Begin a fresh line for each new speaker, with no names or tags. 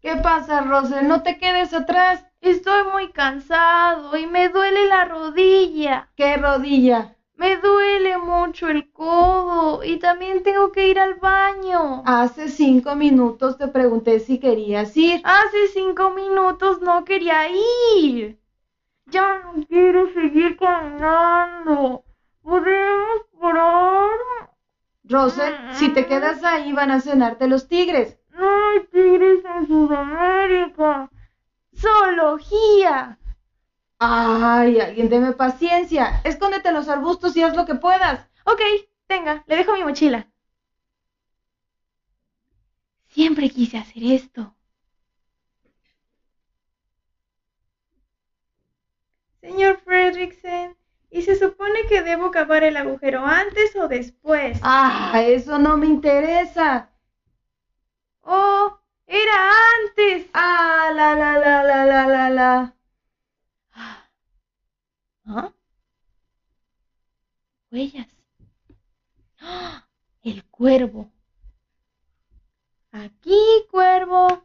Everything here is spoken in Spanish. ¿Qué pasa, Rosel? No te quedes atrás.
Estoy muy cansado y me duele la rodilla.
¿Qué rodilla?
Me duele mucho el codo y también tengo que ir al baño.
Hace cinco minutos te pregunté si querías ir.
Hace cinco minutos no quería ir. Ya no quiero seguir caminando. ¿Podemos parar?
Rosel, si te quedas ahí van a cenarte los tigres.
No hay tigres en Sudamérica. Zoología.
Ay, alguien deme paciencia. Escóndete en los arbustos y haz lo que puedas.
Ok, tenga, le dejo mi mochila. Siempre quise hacer esto. Señor Fredricksen, ¿y se supone que debo cavar el agujero antes o después?
Ah, eso no me interesa.
Oh, era antes.
Ah, la, la, la, la, la, la, la.
¿Ah? Huellas. ¡Ah! El cuervo. Aquí, cuervo.